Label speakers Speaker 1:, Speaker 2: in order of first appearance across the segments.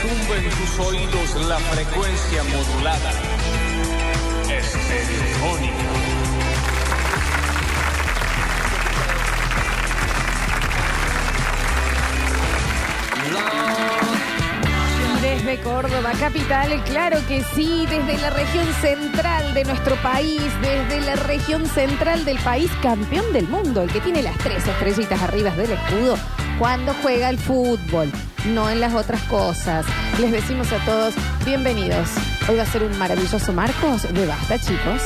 Speaker 1: tus oídos la frecuencia modulada. Estereofónica.
Speaker 2: Desde Córdoba, capital, claro que sí, desde la región central de nuestro país, desde la región central del país, campeón del mundo, el que tiene las tres estrellitas arriba del escudo, cuando juega al fútbol, no en las otras cosas. Les decimos a todos, bienvenidos. Hoy va a ser un maravilloso Marcos de Basta, chicos.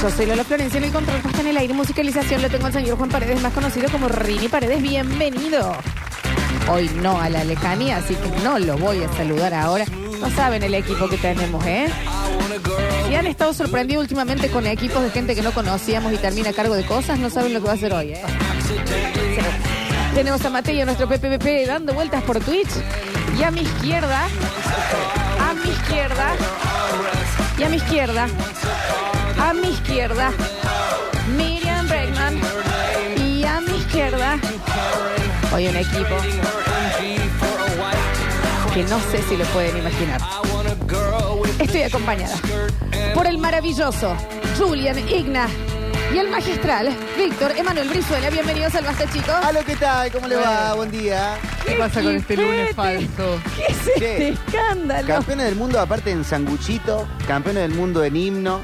Speaker 2: Yo soy Lola Florencia en el control puesta en el aire musicalización. Lo tengo al señor Juan Paredes, más conocido como Rini Paredes. Bienvenido. Hoy no a la lejanía, así que no lo voy a saludar ahora. No saben el equipo que tenemos, ¿eh? Y han estado sorprendidos últimamente con equipos de gente que no conocíamos y termina a cargo de cosas. No saben lo que va a hacer hoy, ¿eh? Tenemos a Mateo, nuestro PPP, dando vueltas por Twitch. Y a mi izquierda, a mi izquierda, y a mi izquierda, a mi izquierda, Miriam Bregman. Y a mi izquierda, hoy un equipo que no sé si lo pueden imaginar. Estoy acompañada por el maravilloso Julian Igna y el magistral Víctor Emanuel Brizuela. Bienvenidos al Basta, chicos.
Speaker 3: Hola, ¿qué tal? ¿Cómo le va?
Speaker 2: Bueno.
Speaker 3: Buen día.
Speaker 4: ¿Qué pasa con este
Speaker 2: Jipete?
Speaker 4: lunes falso?
Speaker 2: ¿Qué es este
Speaker 3: Che.
Speaker 2: escándalo?
Speaker 3: Campeones del mundo aparte en sanguchito, campeones del mundo en himno,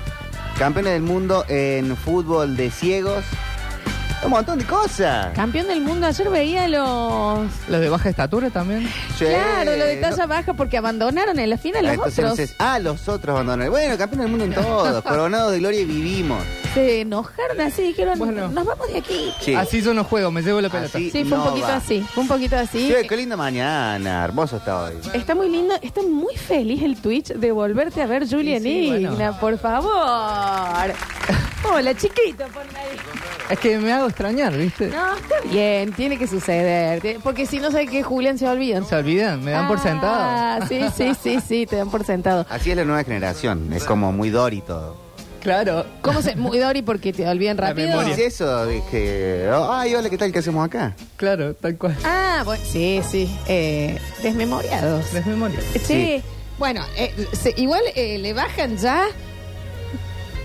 Speaker 3: campeones del mundo en fútbol de ciegos, un montón de cosas.
Speaker 2: Campeón del mundo, ayer veía los...
Speaker 4: ¿Los de baja estatura también?
Speaker 3: Che,
Speaker 2: Claro, lo de
Speaker 3: no.
Speaker 2: talla baja porque abandonaron en la final a los
Speaker 3: Entonces,
Speaker 2: otros.
Speaker 3: entonces, ah, los otros abandonaron. Bueno, campeones del mundo en todos, coronados de gloria y vivimos.
Speaker 2: Se enojaron así, dijeron,
Speaker 4: Bueno.
Speaker 2: nos vamos de aquí.
Speaker 3: Sí.
Speaker 4: Así yo no juego, me llevo la pelota.
Speaker 3: Así.
Speaker 2: Sí, fue un
Speaker 3: no
Speaker 2: poquito
Speaker 3: va.
Speaker 2: así, fue un poquito así.
Speaker 3: Che, qué linda mañana, hermoso está hoy.
Speaker 2: Está muy lindo, está muy feliz el Twitch de volverte a ver, Julian
Speaker 4: sí, bueno.
Speaker 2: Igna, por favor. Hola, chiquito, por ahí.
Speaker 4: Es que me hago extrañar, ¿viste?
Speaker 2: No, está bien, tiene que suceder. Ti- Porque si no sé que Julián se olvida.
Speaker 4: Se olvidan, me dan por
Speaker 2: Ah,
Speaker 4: sentado.
Speaker 2: sí, sí, sí, sí, te dan por sentado.
Speaker 3: Así es la nueva generación, es como muy Dory todo.
Speaker 4: Claro.
Speaker 2: ¿Cómo se.? Muy Dori, porque te olvidan
Speaker 4: La
Speaker 2: rápido.
Speaker 4: memoria.
Speaker 3: Es eso, dije, "Oh, ay, hola, ¿qué tal? ¿Qué hacemos acá?
Speaker 4: Claro, tal cual.
Speaker 2: Ah, bueno, sí, sí. Eh, desmemoriados. Eh,
Speaker 4: Es memoria.
Speaker 2: Sí. Bueno, eh, se- igual eh, le bajan ya.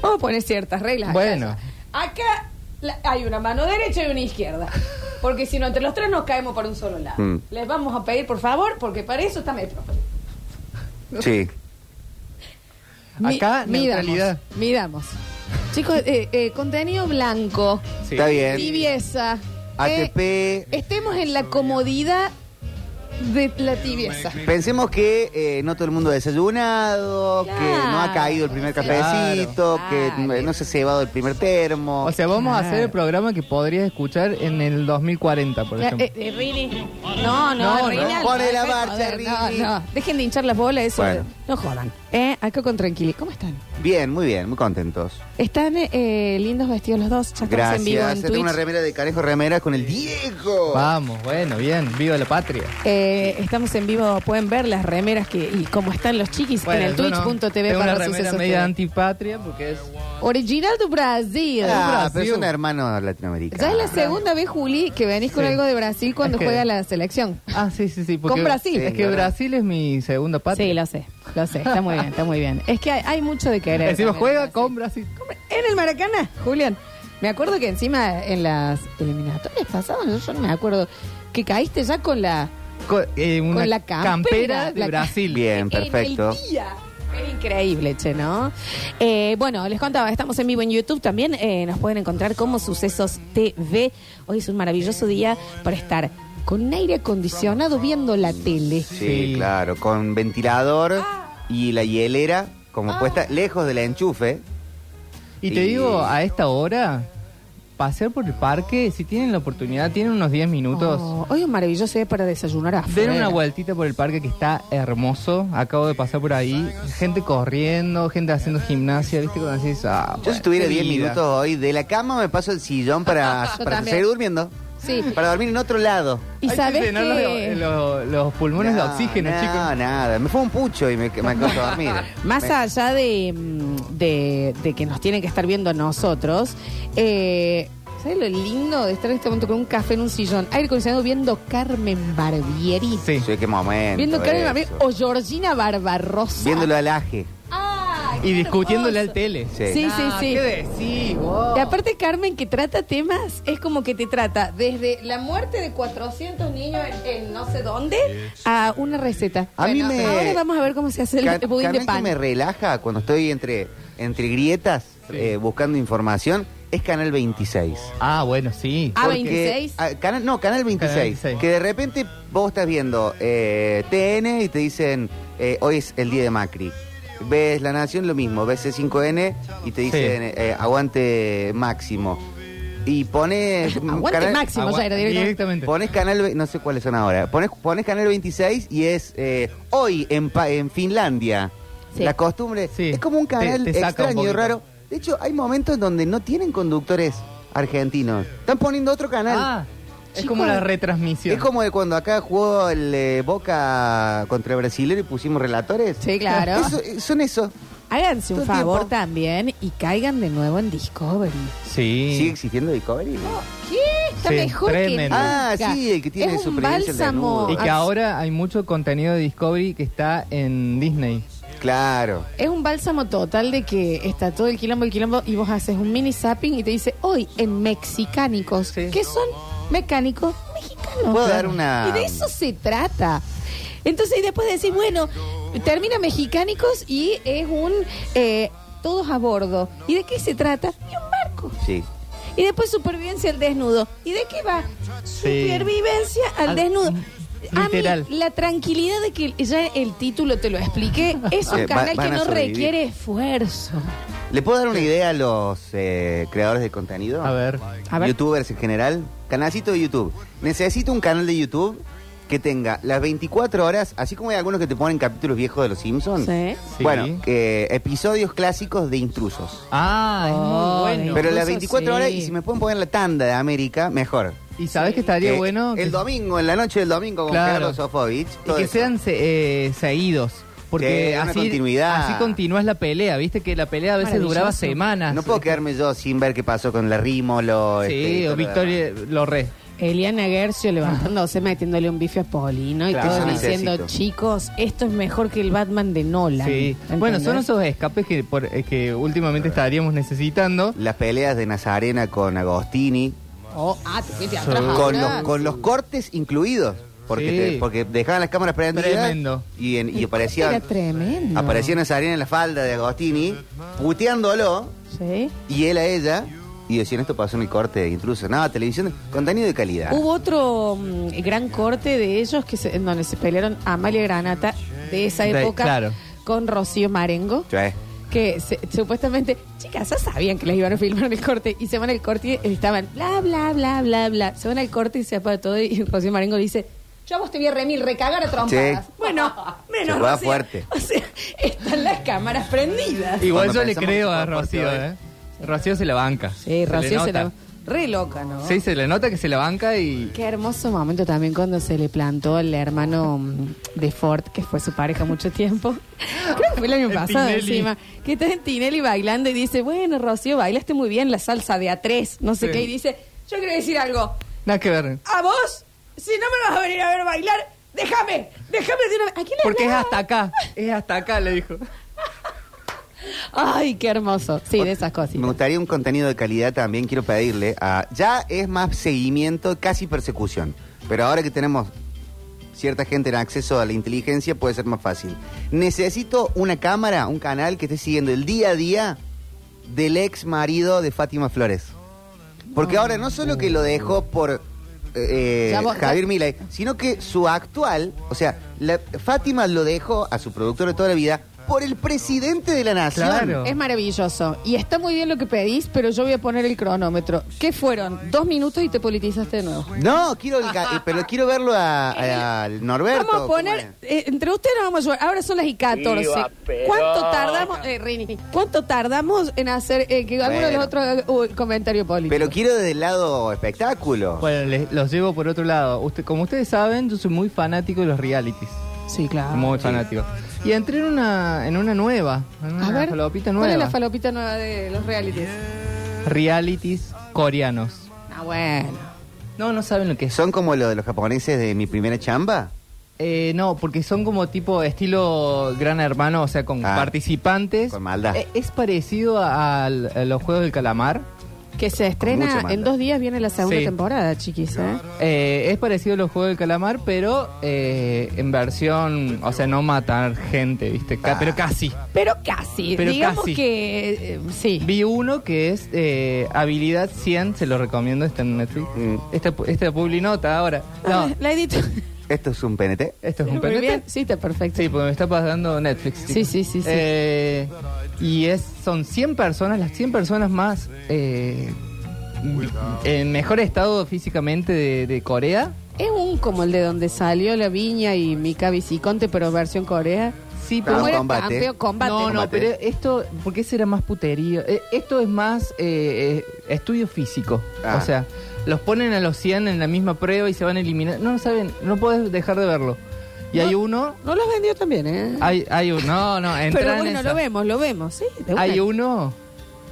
Speaker 2: Vamos a poner ciertas reglas. acá.
Speaker 4: Bueno.
Speaker 2: Acá la- hay una mano derecha y una izquierda. Porque si no, entre los tres nos caemos por un solo lado.
Speaker 3: Mm.
Speaker 2: Les vamos a pedir, por favor, porque para eso está Metro.
Speaker 3: Sí.
Speaker 2: Mi-
Speaker 4: Acá, neutralidad.
Speaker 2: Midamos. Chicos, eh, eh, contenido blanco,
Speaker 4: Sí.
Speaker 3: Está bien.
Speaker 2: tibieza. eh,
Speaker 3: ATP.
Speaker 2: estemos en la comodidad de la tibieza.
Speaker 3: Pensemos que eh, no todo el mundo ha desayunado,
Speaker 2: Claro.
Speaker 3: que no ha caído el primer
Speaker 2: Claro.
Speaker 3: cafecito, que
Speaker 2: Claro.
Speaker 3: eh, no se ha cebado el primer termo.
Speaker 4: O sea, vamos a hacer el
Speaker 2: Claro.
Speaker 4: programa que podrías escuchar en el 2040, por ejemplo.
Speaker 2: Eh, eh, Rini. No, no,
Speaker 4: No, no.
Speaker 2: Rini, al-
Speaker 3: Pone
Speaker 2: al-
Speaker 3: la
Speaker 2: al-
Speaker 3: marcha,
Speaker 2: joder,
Speaker 3: Rini.
Speaker 2: No, no. Dejen de hinchar las bolas, eso.
Speaker 3: Bueno.
Speaker 2: No jodan. Eh, acá con tranquilidad. ¿Cómo están?
Speaker 3: Bien, muy bien, muy contentos.
Speaker 2: Están eh, lindos vestidos los dos. Ya estamos en vivo en
Speaker 3: Gracias. Tengo
Speaker 2: Twitch.
Speaker 3: una remera de Carejo Remera con el Diego.
Speaker 4: Vamos, bueno, bien. Viva la patria.
Speaker 2: Eh, estamos en vivo, pueden ver las remeras que y cómo están los chiquis
Speaker 4: Bueno,
Speaker 2: en el
Speaker 4: yo no.
Speaker 2: twitch.tv
Speaker 4: Tengo
Speaker 2: para
Speaker 4: una remera
Speaker 2: sucesos.
Speaker 4: media
Speaker 2: TV.
Speaker 4: antipatria porque es...
Speaker 2: Original de Brasil.
Speaker 3: Ah,
Speaker 4: Brasil.
Speaker 3: pero es un hermano latinoamericano.
Speaker 2: ya es la segunda vez, Juli, que venís con
Speaker 4: Sí.
Speaker 2: algo de Brasil cuando
Speaker 4: Es que-
Speaker 2: juega la selección.
Speaker 4: Ah, sí, sí, sí. porque-
Speaker 2: Con Brasil.
Speaker 4: Es que
Speaker 3: Sí, claro.
Speaker 4: Brasil es mi segunda patria.
Speaker 2: Sí, lo sé, lo sé. Está muy bien, está muy bien. Es que hay, hay mucho de querer.
Speaker 4: Encima
Speaker 2: también,
Speaker 4: juega
Speaker 2: Brasil.
Speaker 4: con Brasil.
Speaker 2: En el Maracaná, Julián. Me acuerdo que encima en las eliminatorias pasadas, yo, yo no me acuerdo, que caíste ya con la...
Speaker 4: Con, eh, una
Speaker 2: Con la campera,
Speaker 4: campera, de
Speaker 2: la ca-
Speaker 4: Brasil.
Speaker 3: Bien, perfecto.
Speaker 2: En el día. Es increíble, che, ¿no? Eh, bueno, les contaba, estamos en vivo en YouTube también. eh, nos pueden encontrar como Sucesos TV. Hoy es un maravilloso día para estar con aire acondicionado viendo la tele.
Speaker 3: Sí,
Speaker 4: Sí.
Speaker 3: claro, con ventilador y la hielera como
Speaker 2: Ah.
Speaker 3: puesta lejos del enchufe.
Speaker 4: Y te
Speaker 3: Y-
Speaker 4: digo, a esta hora, pasear por el parque, si tienen la oportunidad, tienen unos 10 minutos.
Speaker 2: Oh, hoy es un maravilloso día para desayunar
Speaker 4: Den
Speaker 2: afuera.
Speaker 4: una vueltita por el parque que está hermoso. Acabo de pasar por ahí. Gente corriendo, gente haciendo gimnasia. ¿Viste cuando decís, ah,
Speaker 3: Yo
Speaker 4: bueno,
Speaker 3: si tuviera
Speaker 4: qué
Speaker 3: 10
Speaker 4: vida.
Speaker 3: minutos hoy de la cama me paso el sillón para,
Speaker 2: Yo
Speaker 3: para
Speaker 2: también.
Speaker 3: seguir durmiendo.
Speaker 2: Sí.
Speaker 3: Para dormir en otro lado.
Speaker 2: Y
Speaker 4: Hay
Speaker 2: sabes
Speaker 4: que llenar
Speaker 2: que...
Speaker 4: los, los- los pulmones de oxígeno,
Speaker 3: no,
Speaker 4: chicos.
Speaker 3: nada. Me fue un pucho y me, me acosté a dormir.
Speaker 2: Más
Speaker 3: Me-
Speaker 2: allá de, mm, de- de que nos tienen que estar viendo a nosotros, eh, ¿Sabes lo lindo de estar en este momento con un café en un sillón? Aire acondicionado viendo Carmen Barbieri.
Speaker 4: Sí.
Speaker 3: Sí, qué momento.
Speaker 2: Viendo Carmen
Speaker 3: eso.
Speaker 2: Barbieri o Georgina Barbarossa.
Speaker 3: Viéndolo al aje.
Speaker 2: Ah, qué
Speaker 4: Y discutiéndole
Speaker 2: hermoso.
Speaker 4: al tele.
Speaker 3: Sí.
Speaker 2: Sí, sí,
Speaker 4: Ah,
Speaker 2: sí.
Speaker 4: ¿Qué decís vos?
Speaker 2: Y aparte Carmen que trata temas, es como que te trata desde la muerte de 400 niños en, en no sé dónde a una receta.
Speaker 3: A mí me-
Speaker 2: Ahora vamos a ver cómo se hace el
Speaker 3: Ca-
Speaker 2: budín de
Speaker 3: Carmen que
Speaker 2: pan.
Speaker 3: me relaja cuando estoy entre, entre grietas eh, buscando información es Canal 26.
Speaker 4: Ah, bueno, sí.
Speaker 2: Ah,
Speaker 3: Porque-
Speaker 2: 26.
Speaker 3: ah, canal, no, Canal 26,
Speaker 4: Canal 26.
Speaker 3: Que de repente vos estás viendo eh, TN y te dicen, eh, hoy es el día de Macri. Ves La Nación, lo mismo. Ves C5N y te dicen, eh, aguante máximo. Y pones...
Speaker 2: Aguante
Speaker 3: canal-
Speaker 2: máximo,
Speaker 4: Agua-
Speaker 2: ya era directamente.
Speaker 4: directamente.
Speaker 3: Pones canal, ve- no sé cuáles son ahora. Pones, pones canal 26 y es eh, hoy en, pa- en Finlandia.
Speaker 2: Sí.
Speaker 3: La costumbre
Speaker 4: Sí.
Speaker 3: es como un
Speaker 4: Te-
Speaker 3: canal
Speaker 4: te saca un
Speaker 3: extraño y
Speaker 4: poquito.
Speaker 3: raro. De hecho, hay momentos donde no tienen conductores argentinos. Están poniendo otro canal.
Speaker 4: Ah, es
Speaker 2: Chicos.
Speaker 4: como la retransmisión.
Speaker 3: Es como de cuando acá jugó el eh, Boca contra Brasilero y pusimos relatores.
Speaker 2: Sí, claro.
Speaker 3: Eso- eh, son eso.
Speaker 2: Háganse un
Speaker 3: Todo el
Speaker 2: favor
Speaker 3: tiempo.
Speaker 2: también y caigan de nuevo en Discovery.
Speaker 4: Sí.
Speaker 3: ¿Sigue existiendo Discovery?
Speaker 2: ¿Qué? Está
Speaker 4: Sí,
Speaker 2: mejor que
Speaker 4: tremendo.
Speaker 2: nunca.
Speaker 3: Ah, sí, el que tiene
Speaker 2: es un
Speaker 3: supervivencia al
Speaker 2: bálsamo.
Speaker 3: desnudo.
Speaker 4: Y que ahora hay mucho contenido de Discovery que está en Disney.
Speaker 3: Claro.
Speaker 2: Es un bálsamo total de que está todo el quilombo, el quilombo, y vos haces un mini zapping y te dice, hoy en Mexicánicos,
Speaker 4: Sí.
Speaker 2: que son mecánicos mexicanos.
Speaker 3: Puedo dar una-
Speaker 2: Y de eso se trata. Entonces, y después decís, bueno, termina Mexicánicos y es un eh, todos a bordo. ¿Y de qué se trata? De un barco.
Speaker 3: Sí.
Speaker 2: Y después supervivencia al desnudo. ¿Y de qué va?
Speaker 4: Sí.
Speaker 2: Supervivencia al
Speaker 4: Al-
Speaker 2: desnudo. A mí,
Speaker 4: Literal.
Speaker 2: la tranquilidad de que ya el título te lo expliqué es
Speaker 3: Eh,
Speaker 2: un
Speaker 3: va-
Speaker 2: canal que
Speaker 3: van a
Speaker 2: no
Speaker 3: sobrevivir.
Speaker 2: requiere esfuerzo.
Speaker 3: ¿Le puedo dar una idea a los eh, creadores de contenido?
Speaker 4: A ver.
Speaker 2: A ver.
Speaker 3: youtubers en general, canalcito de YouTube. Necesito un canal de YouTube que tenga las 24 horas, así como hay algunos que te ponen capítulos viejos de Los Simpsons.
Speaker 2: Sí.
Speaker 4: Sí.
Speaker 3: Bueno, eh, episodios clásicos de intrusos.
Speaker 4: Ah, es
Speaker 2: Oh,
Speaker 4: muy bueno.
Speaker 2: Los
Speaker 3: Pero las
Speaker 2: intrusos,
Speaker 3: 24 horas,
Speaker 2: sí.
Speaker 3: y si me pueden poner la tanda de América, mejor.
Speaker 4: y sabes que estaría
Speaker 3: Eh,
Speaker 4: bueno.
Speaker 3: El
Speaker 4: que-
Speaker 3: domingo, en la noche del domingo con
Speaker 4: Claro.
Speaker 3: Carlos Sofovich.
Speaker 4: Y
Speaker 3: todo
Speaker 4: que
Speaker 3: eso.
Speaker 4: sean se- eh, seguidos. Porque
Speaker 3: Sí, una
Speaker 4: así,
Speaker 3: continuidad.
Speaker 4: así continúas la pelea. Viste que la pelea a veces
Speaker 2: Maravilloso.
Speaker 4: duraba semanas.
Speaker 3: No puedo quedarme yo sin ver qué pasó con la Rímolo. este, y
Speaker 4: este. Sí,
Speaker 3: todo lo
Speaker 4: o Victoria Lorre.
Speaker 2: Eliana Gercio levantándose, metiéndole un bife a Polino y
Speaker 4: Claro,
Speaker 2: todos
Speaker 4: eso
Speaker 2: diciendo,
Speaker 3: necesito.
Speaker 2: chicos, esto es mejor que el Batman de Nolan.
Speaker 4: Sí.
Speaker 2: ¿Entendés?
Speaker 4: Bueno, son esos escapes que, por- eh, que últimamente estaríamos necesitando.
Speaker 3: demás. Las peleas de Nazarena con Agostini.
Speaker 2: Oh, ah, te fuiste atrás
Speaker 3: con
Speaker 2: ahora.
Speaker 3: los, con los cortes incluidos. Porque,
Speaker 4: Sí.
Speaker 3: te- porque dejaban las cámaras prendidas.
Speaker 4: Tremendo.
Speaker 3: Y, en- y
Speaker 2: Era
Speaker 3: aparecía,
Speaker 2: tremendo.
Speaker 3: aparecía Nazarena en la falda de Agostini, puteándolo,
Speaker 2: Sí.
Speaker 3: y él a ella, y decían, esto pasó en el corte de intruso. Nada, televisión, contenido de calidad.
Speaker 2: Hubo otro mm, gran corte de ellos que se- en donde se pelearon Amalia Granata de esa
Speaker 4: De-
Speaker 2: época
Speaker 4: claro.
Speaker 2: con Rocío Marengo.
Speaker 3: Sí.
Speaker 2: Que se- supuestamente, chicas, ya sabían que les iban a filmar el corte y se van al corte y estaban bla, bla, bla, bla, bla. Se van al corte y se apaga todo y Rocío Marengo dice. Yo a vos te voy a remil, recagar a trompadas.
Speaker 3: Sí.
Speaker 2: Bueno, menos.
Speaker 3: Se juega
Speaker 2: Rocío.
Speaker 3: fuerte.
Speaker 2: O sea, están las cámaras prendidas.
Speaker 4: Igual
Speaker 3: Cuando
Speaker 4: yo le
Speaker 3: pensamos
Speaker 4: creo
Speaker 3: que
Speaker 4: a
Speaker 3: fue
Speaker 4: Rocío,
Speaker 3: parte de-
Speaker 4: ¿eh? Rocío se la banca.
Speaker 2: Sí,
Speaker 4: le
Speaker 2: Rocío se,
Speaker 4: nota.
Speaker 2: la. Re loca, ¿no?
Speaker 4: Sí, se le nota que se la banca y.
Speaker 2: Qué hermoso momento también cuando se le plantó el hermano mm, de Ford, que fue su pareja mucho tiempo. Creo que fue el año
Speaker 4: En
Speaker 2: pasado
Speaker 4: Tinelli.
Speaker 2: encima. Que está en Tinelli bailando y dice, bueno, Rocío, bailaste muy bien la salsa de A3, no sé
Speaker 4: Sí.
Speaker 2: qué. Y dice, yo quiero decir algo.
Speaker 4: Nada que ver.
Speaker 2: A vos, si no me vas a venir a ver bailar, déjame, déjame de una vez. ¿A quién le
Speaker 4: Porque es
Speaker 2: hablaba?
Speaker 4: hasta acá. Es hasta acá, le dijo.
Speaker 2: Ay, qué hermoso. Sí, de esas
Speaker 3: Me
Speaker 2: cositas.
Speaker 3: gustaría un contenido de calidad también, quiero pedirle. a- ya es más seguimiento, casi persecución. Pero ahora que tenemos cierta gente en acceso a la inteligencia, puede ser más fácil. Necesito una cámara, un canal que esté siguiendo el día a día del ex marido de Fátima Flores. Porque ahora no solo que lo dejó por eh,
Speaker 2: Ya vos-
Speaker 3: Javier Milei, sino que su actual, o sea, la- Fátima lo dejó a su productor de toda la vida por el presidente de la nación.
Speaker 4: Claro.
Speaker 2: Es maravilloso. Y está muy bien lo que pedís, pero yo voy a poner el cronómetro. ¿Qué fueron? Dos minutos y te politizaste de nuevo.
Speaker 3: No, quiero el ca- eh, pero quiero verlo a, a- al Norberto.
Speaker 2: Vamos a
Speaker 3: ¿cómo
Speaker 2: poner,
Speaker 3: es?
Speaker 2: eh, entre ustedes nos vamos a ayudar. Ahora son las y 14.
Speaker 1: Viva Perón.
Speaker 2: ¿Cuánto tardamos, eh, Rini, cuánto tardamos en hacer eh, que alguno de los otros haga un comentario político?
Speaker 3: Pero quiero desde el lado espectáculo.
Speaker 4: Bueno, les- los llevo por otro lado. Usted- como ustedes saben, yo soy muy fanático de los realities.
Speaker 2: Sí, claro.
Speaker 4: Muy fanático. Y entré en una, en una nueva. En una
Speaker 2: a ver,
Speaker 4: falopita
Speaker 2: ¿cuál es
Speaker 4: nueva.
Speaker 2: la falopita nueva de los realities?
Speaker 4: realities coreanos.
Speaker 2: Ah, bueno.
Speaker 4: No, no saben lo que es.
Speaker 3: Son como lo de los japoneses de mi primera chamba.
Speaker 4: Eh, no, porque son como tipo estilo Gran Hermano, o sea, con
Speaker 3: Ah.
Speaker 4: participantes.
Speaker 3: Con maldad.
Speaker 4: Eh, es parecido a, al- a los Juegos del Calamar.
Speaker 2: Que se
Speaker 3: mucha
Speaker 2: estrena
Speaker 3: maldad.
Speaker 2: en dos días, viene la segunda
Speaker 4: Sí.
Speaker 2: temporada, chiquis. ¿eh?
Speaker 4: Eh, es parecido a los Juegos del Calamar, pero eh, en versión, o sea, no matar gente, ¿viste? Ca-
Speaker 3: Ah.
Speaker 4: Pero casi.
Speaker 2: Pero casi,
Speaker 4: Pero
Speaker 2: digamos
Speaker 4: casi.
Speaker 2: que eh, sí.
Speaker 4: Vi uno que es eh, Habilidad 100, se lo recomiendo, está en Netflix. Este,
Speaker 3: Mm.
Speaker 4: Esta, esta publinota ahora.
Speaker 2: Ah,
Speaker 4: No,
Speaker 2: La edito.
Speaker 3: ¿Esto es un PNT?
Speaker 4: esto es un
Speaker 2: Muy
Speaker 4: pendiente.
Speaker 2: bien, sí, está perfecto.
Speaker 4: Sí, porque me está pasando Netflix.
Speaker 2: Sí, sí, sí, sí.
Speaker 4: Eh, y es, son 100 personas, las 100 personas más eh, en mejor estado físicamente de, de Corea.
Speaker 2: Es un como el de donde salió la viña y Mika Viciconte, pero versión Corea.
Speaker 4: Sí,
Speaker 3: Claro,
Speaker 2: ¿Cómo
Speaker 4: pero...
Speaker 2: era
Speaker 3: combate.
Speaker 2: campeón? Combate.
Speaker 4: No, no,
Speaker 3: Combate.
Speaker 4: pero esto, porque ese era más puterío. Eh, Esto es más eh, eh, estudio físico.
Speaker 3: Ah.
Speaker 4: O sea, los ponen a los 100 en la misma prueba y se van eliminando. No, saben, no puedes dejar de verlo. Y hay uno,
Speaker 2: No los vendió también, ¿eh?
Speaker 4: hay, hay uno, no, no, entra
Speaker 2: pero
Speaker 4: en
Speaker 2: bueno,
Speaker 4: esa.
Speaker 2: lo vemos, lo vemos, sí. de una.
Speaker 4: Hay uno.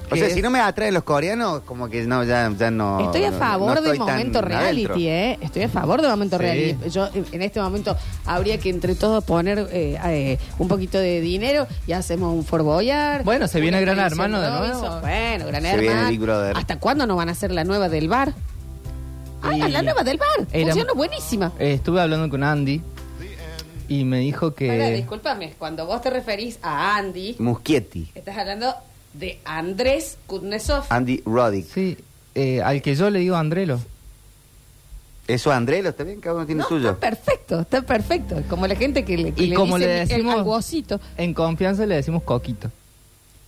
Speaker 3: O sea,
Speaker 4: que
Speaker 3: si
Speaker 4: es-
Speaker 3: no me atraen los coreanos, como que no, ya, ya no.
Speaker 2: Estoy a
Speaker 3: no-
Speaker 2: favor
Speaker 3: no
Speaker 2: de
Speaker 3: estoy tan
Speaker 2: momento reality,
Speaker 3: adentro.
Speaker 2: ¿eh? Estoy a favor de momento
Speaker 4: Sí.
Speaker 2: reality. Yo en- en este momento habría que entre todos poner eh, eh, un poquito de dinero y hacemos un forboyar.
Speaker 4: Bueno, se viene Gran Hermano de nuevo.
Speaker 2: Bueno, Gran
Speaker 3: Se viene
Speaker 2: Hermano.
Speaker 3: Big Brother.
Speaker 2: ¿Hasta cuándo no van a hacer la nueva del bar? Ah,
Speaker 4: Y-
Speaker 2: la nueva del bar.
Speaker 4: Era-
Speaker 2: Funciona buenísima.
Speaker 4: Eh, estuve hablando con Andy y me dijo
Speaker 2: Pará,
Speaker 4: que.
Speaker 2: discúlpame, cuando vos te referís a Andy,
Speaker 3: Muschietti,
Speaker 2: estás hablando de Andrés Kuznetsov.
Speaker 3: Andy Roddick.
Speaker 4: Sí, eh, al que yo le digo Andrelo.
Speaker 3: Eso Andrelo está bien, cada uno tiene
Speaker 2: No,
Speaker 3: suyo.
Speaker 2: está perfecto, está perfecto. Como la gente que le, que
Speaker 4: Y
Speaker 2: le
Speaker 4: como
Speaker 2: dice
Speaker 4: le
Speaker 2: el-
Speaker 4: decimos-
Speaker 2: el angosito.
Speaker 4: En confianza le decimos Coquito.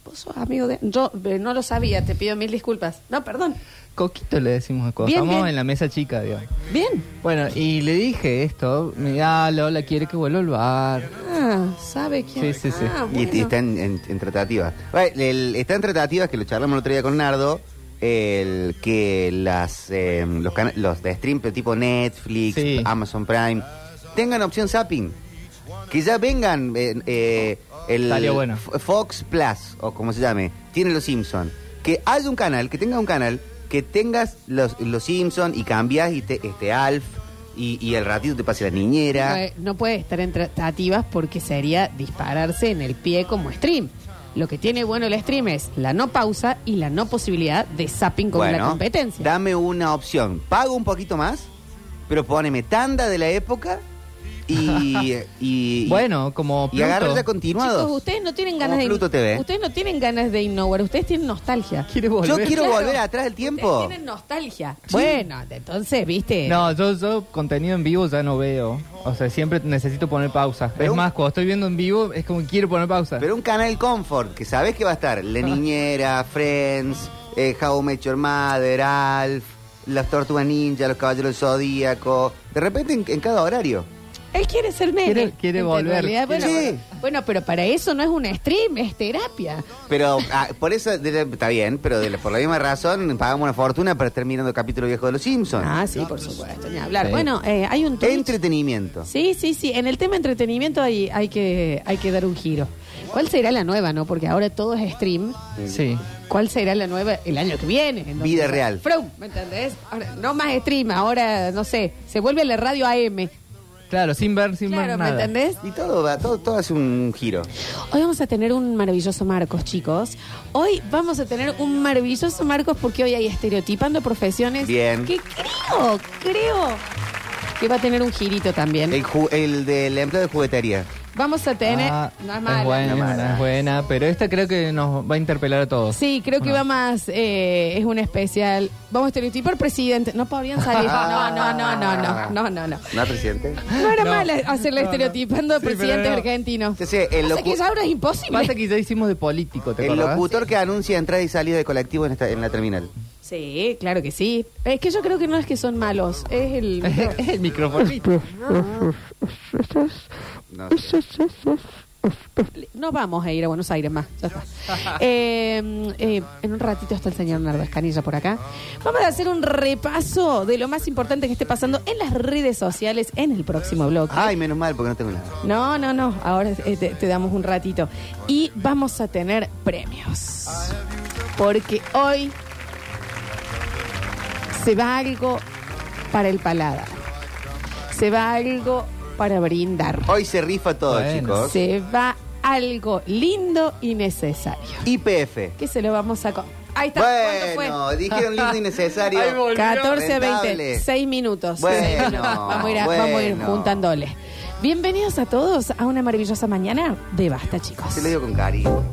Speaker 2: Vos sos amigo de... Yo eh, no lo sabía, te pido mil disculpas. No, perdón.
Speaker 4: Coquito le decimos cuando
Speaker 2: Bien,
Speaker 4: estamos
Speaker 2: bien.
Speaker 4: en la mesa chica, digamos.
Speaker 2: Bien.
Speaker 4: Bueno, y le dije esto. Mirá, Lola quiere que vuelva al bar.
Speaker 2: Ah, ¿sabe quién?
Speaker 4: Sí, sí, sí.
Speaker 2: Ah,
Speaker 3: Y- Y,
Speaker 2: bueno.
Speaker 3: está en, en- en tratativas. Bueno, el- está en tratativas, que lo charlamos el otro día con Nardo, el que las eh, los, cana- los de stream pero tipo Netflix,
Speaker 4: Sí.
Speaker 3: Amazon Prime, tengan opción zapping. Que ya vengan eh, eh, el
Speaker 4: Salió bueno.
Speaker 3: F- Fox Plus, o como se llame, tiene los Simpsons. Que haya un canal, que tenga un canal, que tengas los, los Simpsons y cambias y te, este Alf y, y el ratito te pase la niñera.
Speaker 2: No, eh, no puede estar en tratativas porque sería dispararse en el pie como stream. Lo que tiene bueno el stream es la no pausa y la no posibilidad de zapping con la competencia.
Speaker 3: Dame una opción. Pago un poquito más, pero poneme tanda de la época y. y-
Speaker 4: Bueno, como
Speaker 3: Y agarra ya
Speaker 4: Pluto.
Speaker 3: continuado.
Speaker 2: Chicos, ustedes no tienen ganas
Speaker 3: Como
Speaker 2: de
Speaker 3: Pluto TV.
Speaker 2: ustedes no tienen ganas de innovar, ustedes tienen nostalgia.
Speaker 4: Quiere volver.
Speaker 3: Yo quiero
Speaker 2: Claro.
Speaker 3: volver atrás del tiempo.
Speaker 2: Ustedes tienen nostalgia. Bueno, entonces, ¿viste?
Speaker 4: No, yo, yo contenido en vivo ya no veo. O sea, siempre necesito poner pausa.
Speaker 3: Pero
Speaker 4: es
Speaker 3: un-
Speaker 4: más, cuando estoy viendo en vivo, es como que quiero poner pausa.
Speaker 3: Pero un canal Comfort, que sabes que va a estar La Niñera, Friends, eh, How I Met Your Mother, Alf, Las Tortugas Ninja, Los Caballeros del Zodíaco. De repente en, en cada horario.
Speaker 2: Él quiere ser meme.
Speaker 4: Quiere- quiere
Speaker 2: En
Speaker 4: volver.
Speaker 2: realidad, bueno,
Speaker 3: Sí.
Speaker 2: bueno, pero para eso no es un stream, es terapia.
Speaker 3: Pero ah, por eso de la- está bien, pero de la- por la misma razón pagamos una fortuna para estar mirando el capítulo viejo de Los Simpsons.
Speaker 2: Ah, sí, por supuesto, ni hablar.
Speaker 4: Sí.
Speaker 2: Bueno, eh, hay un Twitch.
Speaker 3: Entretenimiento.
Speaker 2: Sí, sí, sí. En el tema entretenimiento hay, hay, que, hay que dar un giro. ¿Cuál será la nueva, no? Porque ahora todo es stream.
Speaker 4: Sí.
Speaker 2: ¿Cuál será la nueva el año que viene? Entonces,
Speaker 3: Vida real.
Speaker 2: Frum, ¿me entendés? Ahora, no más stream, ahora, no sé, se vuelve la radio AM.
Speaker 4: Claro, sin ver, sin
Speaker 2: Claro,
Speaker 4: ver
Speaker 2: ¿me
Speaker 4: nada.
Speaker 2: entendés?
Speaker 3: Y todo va, todo, todo hace un giro.
Speaker 2: Hoy vamos a tener un maravilloso Marcos, chicos. Hoy vamos a tener un maravilloso Marcos porque hoy hay estereotipando profesiones.
Speaker 3: Bien.
Speaker 2: Que creo, creo que va a tener un girito también.
Speaker 3: El, ju- el del empleo de juguetería.
Speaker 2: Vamos a tener.
Speaker 4: Ah,
Speaker 2: no es
Speaker 4: es
Speaker 2: mala,
Speaker 4: buena,
Speaker 2: no es
Speaker 4: no
Speaker 2: mala.
Speaker 4: es buena, pero esta creo que nos va a interpelar a todos.
Speaker 2: Sí, creo que
Speaker 4: No.
Speaker 2: va más. eh, es un especial. Vamos a estereotipar presidente. No podrían salir. No, no, no, no, no, no, no, no.
Speaker 3: ¿No, presidente?
Speaker 2: No era
Speaker 4: No.
Speaker 2: mala hacerlo
Speaker 4: No, no.
Speaker 2: estereotipando a
Speaker 4: Sí, pero
Speaker 2: presidentes
Speaker 4: no.
Speaker 2: argentinos.
Speaker 3: Sí, sí, el
Speaker 2: Pasa
Speaker 3: locu-
Speaker 2: que ya ahora es imposible.
Speaker 4: Pasa que ya hicimos de político, ¿te
Speaker 3: El
Speaker 4: acordás?
Speaker 3: locutor que anuncia entrada y salida de colectivo en, esta, en la terminal.
Speaker 2: Sí, claro que sí. Es que yo creo que no es que son malos, es el...
Speaker 4: el microfonito.
Speaker 3: No sé.
Speaker 2: No vamos a ir a Buenos Aires más. ya está. Eh, eh, en un ratito está el señor Nardo Escanilla por acá. Vamos a hacer un repaso de lo más importante que esté pasando en las redes sociales en el próximo bloque.
Speaker 3: Ay, menos mal, porque no tengo nada.
Speaker 2: No, no, no. Ahora eh, te, te damos un ratito. Y vamos a tener premios. Porque hoy Se va algo para el paladar. Se va algo para brindar.
Speaker 3: Hoy se rifa todo,
Speaker 4: Bueno.
Speaker 3: chicos.
Speaker 2: Se va algo lindo y necesario.
Speaker 3: IPF.
Speaker 2: ¿Qué se lo vamos a... co- Ahí está. ¿Cuánto
Speaker 3: Bueno,
Speaker 2: fue?
Speaker 3: dijeron lindo y necesario.
Speaker 4: Ahí volvió.
Speaker 2: 14 a 20,
Speaker 3: Rentable.
Speaker 2: 6 minutos.
Speaker 3: Bueno,
Speaker 2: vamos, a ir a- vamos a ir
Speaker 3: bueno.
Speaker 2: juntándole. Bienvenidos a todos a una maravillosa mañana de Basta, chicos.
Speaker 3: Se lo digo con cariño.